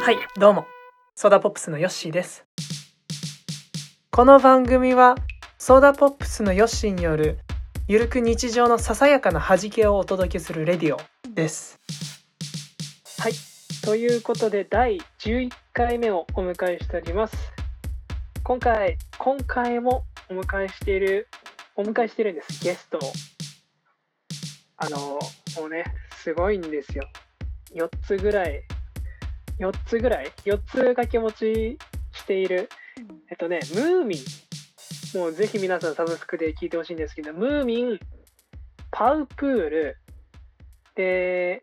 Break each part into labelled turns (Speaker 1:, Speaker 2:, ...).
Speaker 1: はいどうもソーダポップスのヨッシーですこの番組はソーダポップスのヨッシーによるゆるく日常のささやかな弾けをお届けするレディオですはいということで第11回目をお迎えしております今回今回もお迎えしているお迎えしてるんですゲストをあのもうねすごいんですよ4つぐらい4つぐらい4つ掛け持ちしているえっとねムーミンもうぜひ皆さんサブスクで聞いてほしいんですけどムーミンパウプールで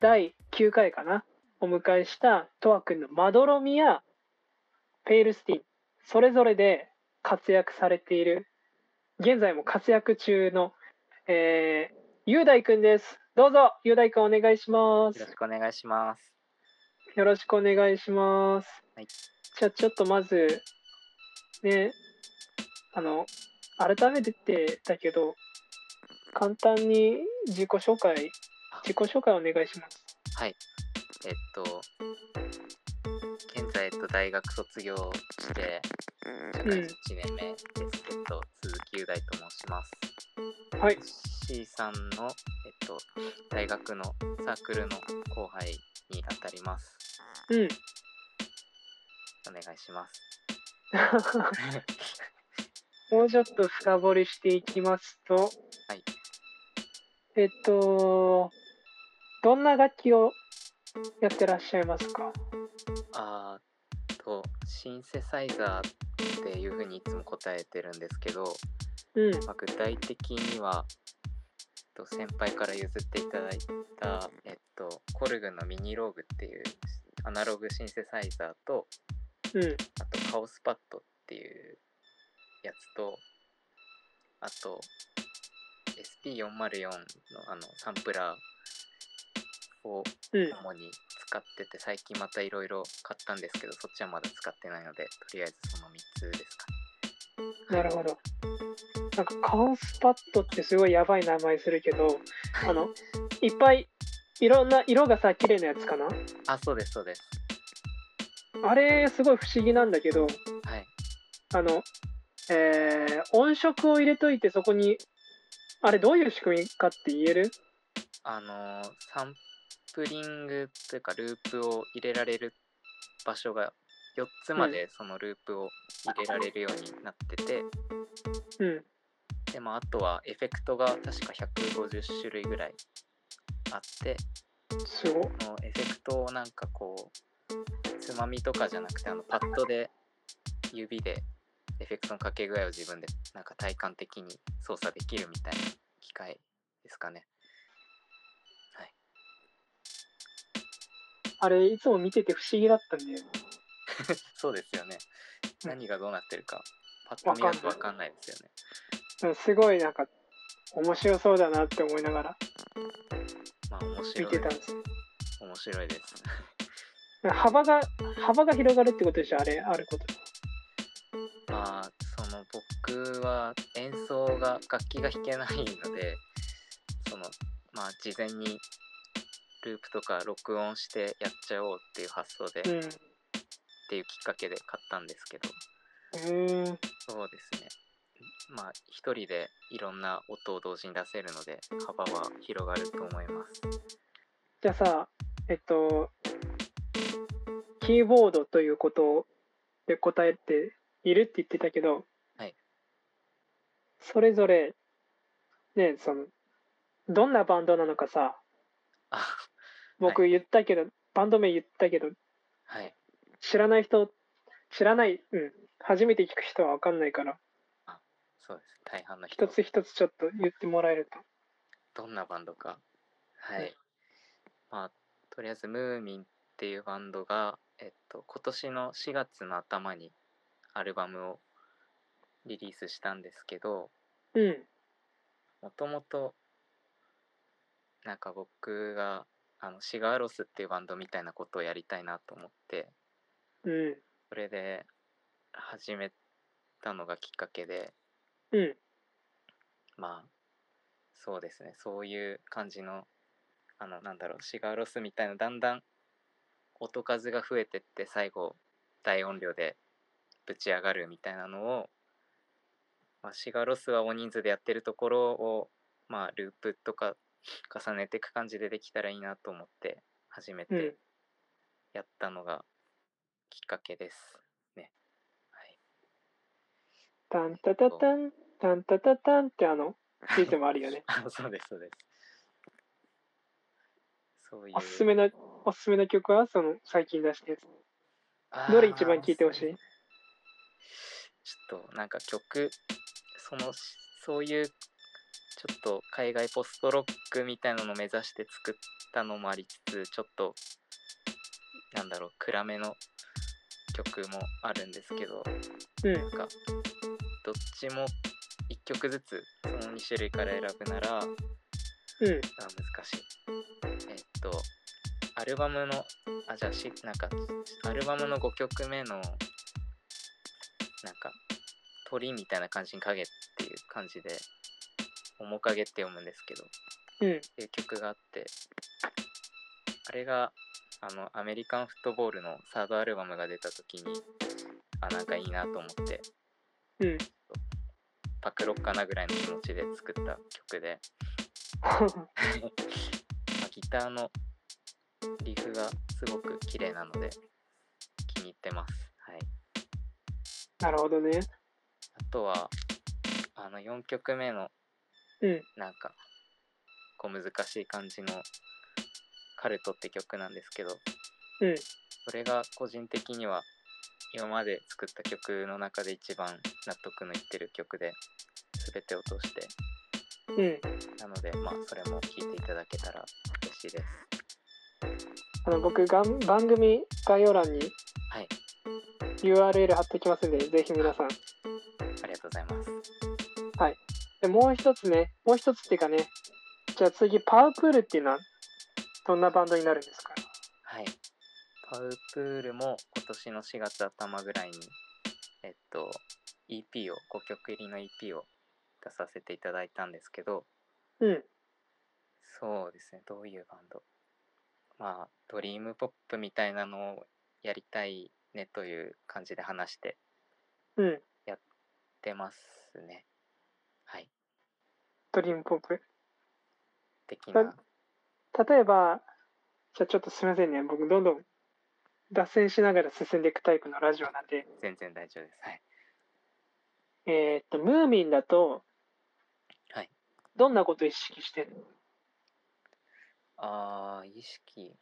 Speaker 1: 第9回かなお迎えしたトワ君のまどろみやペイルスティンそれぞれで活躍されている現在も活躍中の、えー、雄大君ですどうぞ雄大君お願いします
Speaker 2: よろしくお願いします。
Speaker 1: よろしくお願いします。
Speaker 2: はい
Speaker 1: じゃあちょっとまずねあの改めてだけど簡単に自己紹介自己紹介お願いします。
Speaker 2: はい。えっと、現在、えっと、大学卒業して、社会人1年目です。えっと、鈴木雄大と申します。
Speaker 1: はい。
Speaker 2: C さんの、えっと、大学のサークルの後輩に当たります。
Speaker 1: うん。
Speaker 2: お願いします。
Speaker 1: もうちょっと深掘りしていきますと、
Speaker 2: はい
Speaker 1: えっとどんな楽器をやってらっしゃいますか。
Speaker 2: あーっと、シンセサイザーっていうふうにいつも答えてるんですけど、
Speaker 1: うん。
Speaker 2: まあ、具体的には、えっと、先輩から譲っていただいた、えっと、コルグのミニローグっていうアナログシンセサイザーと
Speaker 1: うん。
Speaker 2: あとカオスパッドっていうやつとあと SP404 のあのサンプラーを
Speaker 1: うん。
Speaker 2: 主に使ってて最近またいろいろ買ったんですけどそっちはまだ使ってないのでとりあえずその3つですかね。
Speaker 1: なるほど。なんかカオスパッドってすごいやばい名前するけど、あの、いっぱいいろんな色がさ、綺麗なやつかな
Speaker 2: あそうですそうです。
Speaker 1: あれ、すごい不思議なんだけど、
Speaker 2: はい。
Speaker 1: あの、えー音色を入れといてそこに、あれどういう仕組みかって言える
Speaker 2: あのーサンプリングというかループを入れられる場所が4つまでそのループを入れられるようになってて、
Speaker 1: うん。
Speaker 2: でまあ、あとはエフェクトが確か150種類ぐらいあって
Speaker 1: すご。
Speaker 2: そのエフェクトをなんかこうつまみとかじゃなくてあのパッドで指でエフェクトのかけ具合を自分でなんか体感的に操作できるみたいな機械ですかね。
Speaker 1: あれ、いつも見てて不思議だったんだよ。
Speaker 2: そうですよ
Speaker 1: う
Speaker 2: ね。
Speaker 1: ん
Speaker 2: 何がどうなってるか、パッと見
Speaker 1: わかん
Speaker 2: な
Speaker 1: な
Speaker 2: い
Speaker 1: い
Speaker 2: とわかんないですよ
Speaker 1: う
Speaker 2: ね。
Speaker 1: んすごいなんか、面白そうだなって思いながら
Speaker 2: まあ面白
Speaker 1: 見て。
Speaker 2: い
Speaker 1: たんです。
Speaker 2: 面白いです。
Speaker 1: 幅が、幅が広がるってことでしょあれ、あること。
Speaker 2: まあその僕は演奏が楽器が弾けないので、そのまあ事前にループとか録音してやっちゃおうっていう発想で、っ
Speaker 1: うん。
Speaker 2: ていうきっかけで買ったんですけど、
Speaker 1: うーん。
Speaker 2: そうですね。まあ一人でいろんな音を同時に出せるので幅は広がると思います。
Speaker 1: じゃあさ、えっと、キーボードということで答えているって言ってたけど、
Speaker 2: はい
Speaker 1: それぞれ、ね、その、どんなバンドなのかさ、
Speaker 2: あ、
Speaker 1: 僕言ったけど、バンド名言ったけど、
Speaker 2: はい。
Speaker 1: 知らない人、知らない、うん、初めて聞く人は分かんないから、
Speaker 2: そうです。大半の人
Speaker 1: 一つ一つちょっと言ってもらえると。
Speaker 2: どんなバンドか。は
Speaker 1: うん
Speaker 2: い。まあ、とりあえず、ムーミンっていうバンドが、えっと、今年の4月の頭にアルバムをリリースしたんですけど、
Speaker 1: うん、
Speaker 2: もともと、なんか僕が、あの、シガーロスっていうバンドみたいなことをやりたいなと思って、
Speaker 1: うん、
Speaker 2: それで始めたのがきっかけで、
Speaker 1: うん、
Speaker 2: まあそうですねそういう感じのあのなんだろうシガーロスみたいなだんだん音数が増えてって最後大音量でぶち上がるみたいなのを、まあ、シガロスは大人数でやってるところを、まあ、ループとか重ねていく感じでできたらいいなと思って初め
Speaker 1: うん
Speaker 2: てやったのがきっかけです。ね。はい、
Speaker 1: タンタタタンタンタタタンってあ のリズムあるよね
Speaker 2: あそうですそうです。そういう
Speaker 1: おすすめのおすすめの曲はその最近出したやつど
Speaker 2: ど
Speaker 1: れ一番聴いてほしい
Speaker 2: ちょっとなんか曲そのそういうちょっと海外ポストロックみたいなのを目指して作ったのもありつつちょっとなんだろう暗めの曲もあるんですけど
Speaker 1: うん
Speaker 2: なんかどっちも1曲ずつその2種類から選ぶならあ
Speaker 1: うん
Speaker 2: 難しいえっとアルバムのあじゃあしなんかアルバムの5曲目のなんか鳥みたいな感じに影っていう感じで面影って読むんですけど
Speaker 1: うん
Speaker 2: っていう曲があってあれがあのアメリカンフットボールのサードアルバムが出た時にあなんかいいなと思って
Speaker 1: うん
Speaker 2: パクロッかなぐらいの気持ちで作った曲で、まあギターのリフがすごく綺麗なので気に入ってます、はい、
Speaker 1: なるほどね
Speaker 2: あとはあの4曲目の
Speaker 1: うん
Speaker 2: なんかこう難しい感じの「カルト」って曲なんですけど
Speaker 1: うん
Speaker 2: それが個人的には今まで作った曲の中で一番納得のいってる曲で全てを通して
Speaker 1: うん
Speaker 2: なのでまあそれも聴いていただけたら嬉しいです
Speaker 1: あの僕がん番組概要欄に
Speaker 2: はい
Speaker 1: URL 貼ってきますんでぜひ皆さん
Speaker 2: ありがとうございます
Speaker 1: でもう一つねもう一つっていうかねじゃあ次パワープールっていうのはどんなバンドになるんですか
Speaker 2: はいパウプールも今年の4月頭ぐらいにえっと EP を5曲入りの EP を出させていただいたんですけど
Speaker 1: うん
Speaker 2: そうですねどういうバンドまあドリームポップみたいなのをやりたいねという感じで話して
Speaker 1: うん
Speaker 2: 出ますねはい
Speaker 1: ドリームポップ
Speaker 2: 的
Speaker 1: だ
Speaker 2: な
Speaker 1: 例えばじゃあちょっとすいませんね僕どんどん脱線しながら進んでいくタイプのラジオなんで
Speaker 2: 全然大丈夫ですはい
Speaker 1: えーっとムーミンだと
Speaker 2: はい
Speaker 1: どんなこと意識してる
Speaker 2: あー意識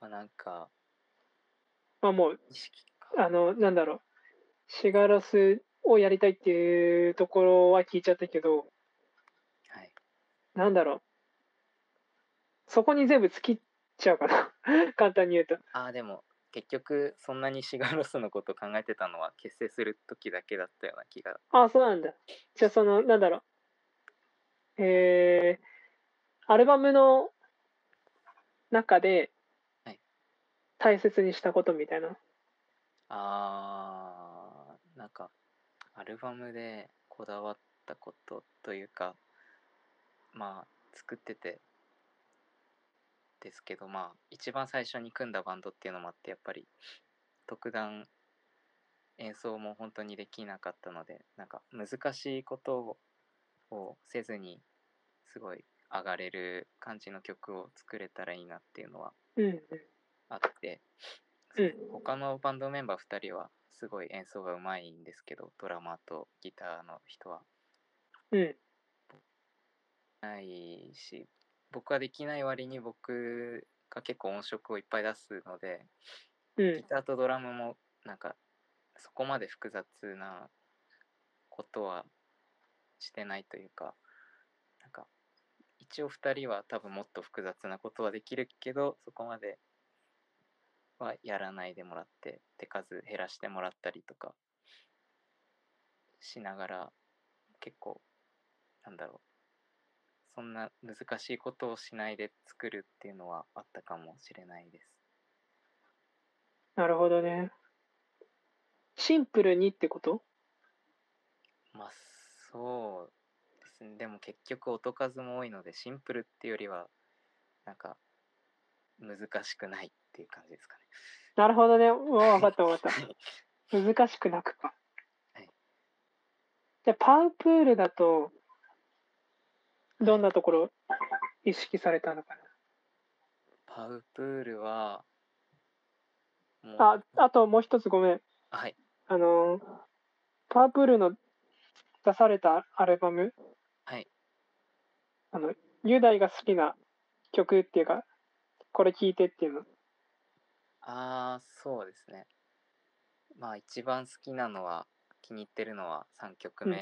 Speaker 2: まあなんか
Speaker 1: まあもう
Speaker 2: 意識か
Speaker 1: あのなんだろうシガラスをやりたいっていうところは聞いちゃったけど
Speaker 2: はい
Speaker 1: なんだろうそこに全部尽きちゃうかな 簡単に言うと
Speaker 2: あーでも結局そんなにシガーロスのこと考えてたのは結成する時だけだったような気が
Speaker 1: あそうなんだ。じゃあ、その、なんだろう。えー、アルバムの中で
Speaker 2: はい
Speaker 1: 大切にしたことみたいな。
Speaker 2: あーなんかアルバムでこだわったことというかまあ作っててですけどまあ一番最初に組んだバンドっていうのもあってやっぱり特段演奏も本当にできなかったのでなんか難しいことをせずにすごい上がれる感じの曲を作れたらいいなっていうのは
Speaker 1: うんうん。
Speaker 2: あって、
Speaker 1: うん
Speaker 2: 他のバンドメンバー2人はすごい演奏がうまいんですけどドラマーとギターの人は
Speaker 1: うん。
Speaker 2: ないし僕はできない割に僕が結構音色をいっぱい出すので
Speaker 1: う
Speaker 2: ギ
Speaker 1: ん。
Speaker 2: ターとドラムもなんかそこまで複雑なことはしてないというかなんか一応2人は多分もっと複雑なことはできるけどそこまではやらないでもらって手数減らしてもらったりとかしながら結構なんだろうそんな難しいことをしないで作るっていうのはあったかもしれないです。
Speaker 1: なるほどね。シンプルにってこと
Speaker 2: まあそうですねでも結局音数も多いのでシンプルっていうよりはなんか難しくないっていう感じですかね。
Speaker 1: なるほどね。うんわかったわかった。難しくなくか
Speaker 2: はい。
Speaker 1: で、パウプールだと、どんなところ意識されたのか
Speaker 2: パウプールは、もう
Speaker 1: な。あ、あともう一つごめん。
Speaker 2: はい、
Speaker 1: あのーパープルの出されたアルバム、
Speaker 2: はい、
Speaker 1: あの雄大が好きな曲っていうかこれ聴いてっていうの
Speaker 2: ああ、そうですね。まあ、一番好きなのは、気に入ってるのは3曲目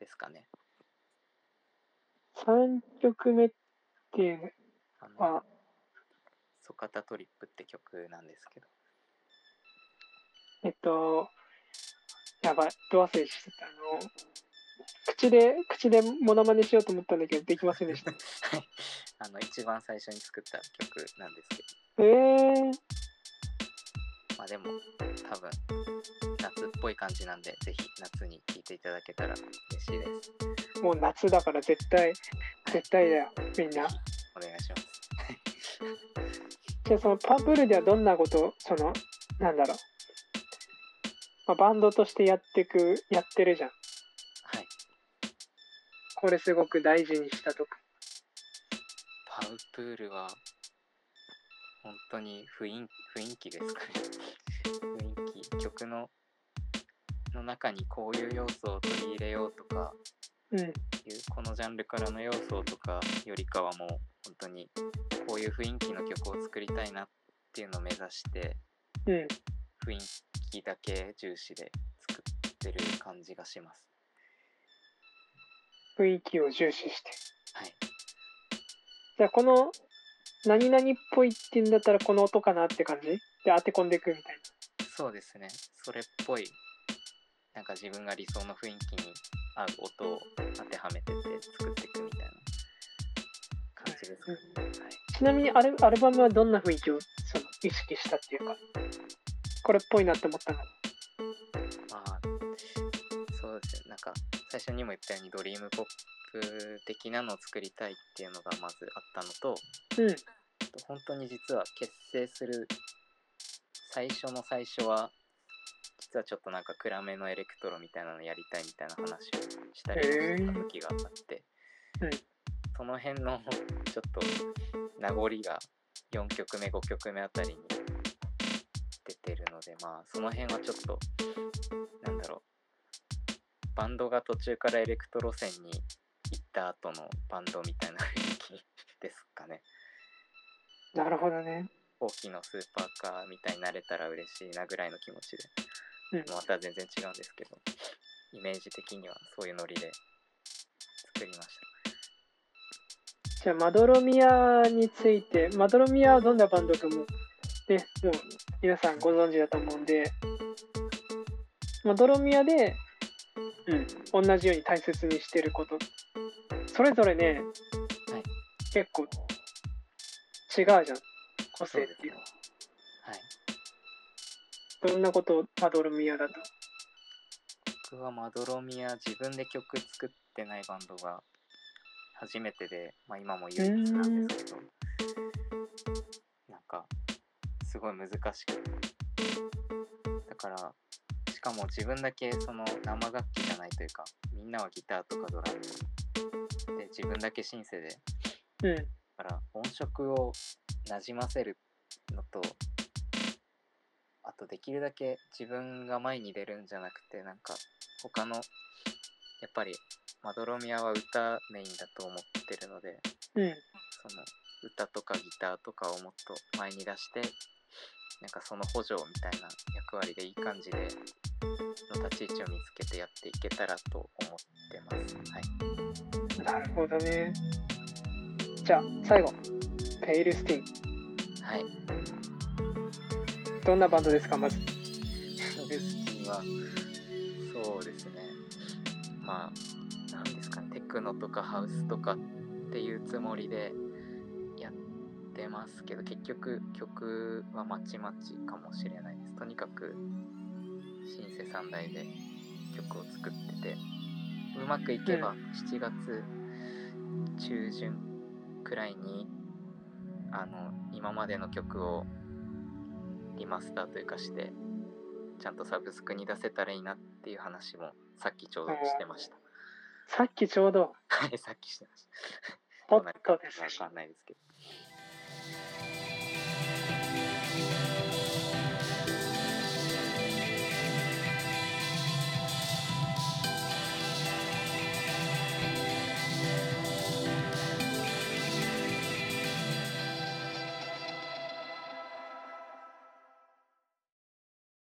Speaker 2: ですかね。
Speaker 1: 3曲目っていう
Speaker 2: あの
Speaker 1: のは
Speaker 2: ソカタトリップって曲なんですけど。
Speaker 1: えっとやばいど忘れしてたあの口で口でモノマネしようと思ったんだけどできませんでした
Speaker 2: はい、あの一番最初に作った曲なんですけ
Speaker 1: えー、
Speaker 2: ど、まあ、でも多分夏っぽい感じなんでぜひ夏に聴いていただけたら嬉しいです
Speaker 1: もう夏だから絶対絶対だよみんな
Speaker 2: お願いします
Speaker 1: じゃあそのパープルではどんなことをそのなんだろう、まあ、バンドとしてやってくやってるじゃん
Speaker 2: はい
Speaker 1: これすごく大事にしたとか
Speaker 2: パウプールは本当に雰囲雰囲気ですかね雰囲気曲のの中にこういう要素を取り入れようとか
Speaker 1: うん
Speaker 2: いうこのジャンルからの要素とかよりかはもう本当にこういう雰囲気の曲を作りたいなっていうのを目指して
Speaker 1: うん
Speaker 2: 雰囲気だけ重視で作ってる感じがします。
Speaker 1: 雰囲気を重視して
Speaker 2: はい、
Speaker 1: じゃあこの何々っぽいって言うんだったらこの音かなって感じで当て込んでいくみたい
Speaker 2: そうですね。それっぽいなんか自分が理想の雰囲気に合う音を当てはめてって作っていくみたいな感じですかね。はい。
Speaker 1: なちなみにアルアルバムはどんな雰囲気をその意識したっていうかこれっぽいなって思ったの
Speaker 2: まあそうですねなんか最初にも言ったようにドリームポップ的なのを作りたいっていうのがまずあったのと
Speaker 1: うん
Speaker 2: 本当に実は結成する最初の最初は実はちょっとなんか暗めのエレクトロみたいなのやりたいみたいな話をしたりもした時があって、
Speaker 1: へーうん
Speaker 2: その辺のちょっと名残が4曲目5曲目あたりに出てるのでまあその辺はちょっとなんだろうバンドが途中からエレクトロ線に行った後のバンドみたいな雰囲気ですかね。
Speaker 1: なるほどね
Speaker 2: 大きのスーパーカーみたいになれたら嬉しいなぐらいの気持ちで、
Speaker 1: うん
Speaker 2: また全然違うんですけどイメージ的にはそういうノリで作りまし
Speaker 1: じゃあ、マドロミアについて、マドロミアはどんなバンドかも、ね、もう皆さんご存知だと思うんで、マドロミアで、うん、同じように大切にしてること、それぞれね、
Speaker 2: はい
Speaker 1: 結構違うじゃん、個性っていうのは。
Speaker 2: たはい
Speaker 1: どんなことをマドロミアだと。
Speaker 2: 僕はまどろみや自分で曲作ってないバンドが初めてで、まあ、今も唯一なんですけどなんかすごい難しくてだからしかも自分だけその生楽器じゃないというかみんなはギターとかドラムで自分だけシンセで
Speaker 1: うん、
Speaker 2: だから音色をなじませるのとあとできるだけ自分が前に出るんじゃなくてなんか他のやっぱりまどろみアは歌メインだと思ってるので
Speaker 1: うん、
Speaker 2: その歌とかギターとかをもっと前に出してなんかその補助みたいな役割でいい感じでの立ち位置を見つけてやっていけたらと思ってます。はい
Speaker 1: なるほどね。じゃあ、最後、ペイルスティン、
Speaker 2: はい
Speaker 1: どんなバンドですか、まず。
Speaker 2: ウイルスキーはそうですねまあなんですかねテクノとかハウスとかっていうつもりでやってますけど結局曲はまちまちかもしれないですとにかくシンセ3台で曲を作っててうまくいけば7月中旬くらいにあの今までの曲をリマスターというかしてちゃんとサブスクに出せたらいいなっていう話もさっきちょうどしてました。
Speaker 1: さっきちょうど
Speaker 2: はい、さっきしてました。
Speaker 1: ポ
Speaker 2: どう
Speaker 1: ッ
Speaker 2: なる
Speaker 1: と
Speaker 2: かわ
Speaker 1: です
Speaker 2: かんないですけど。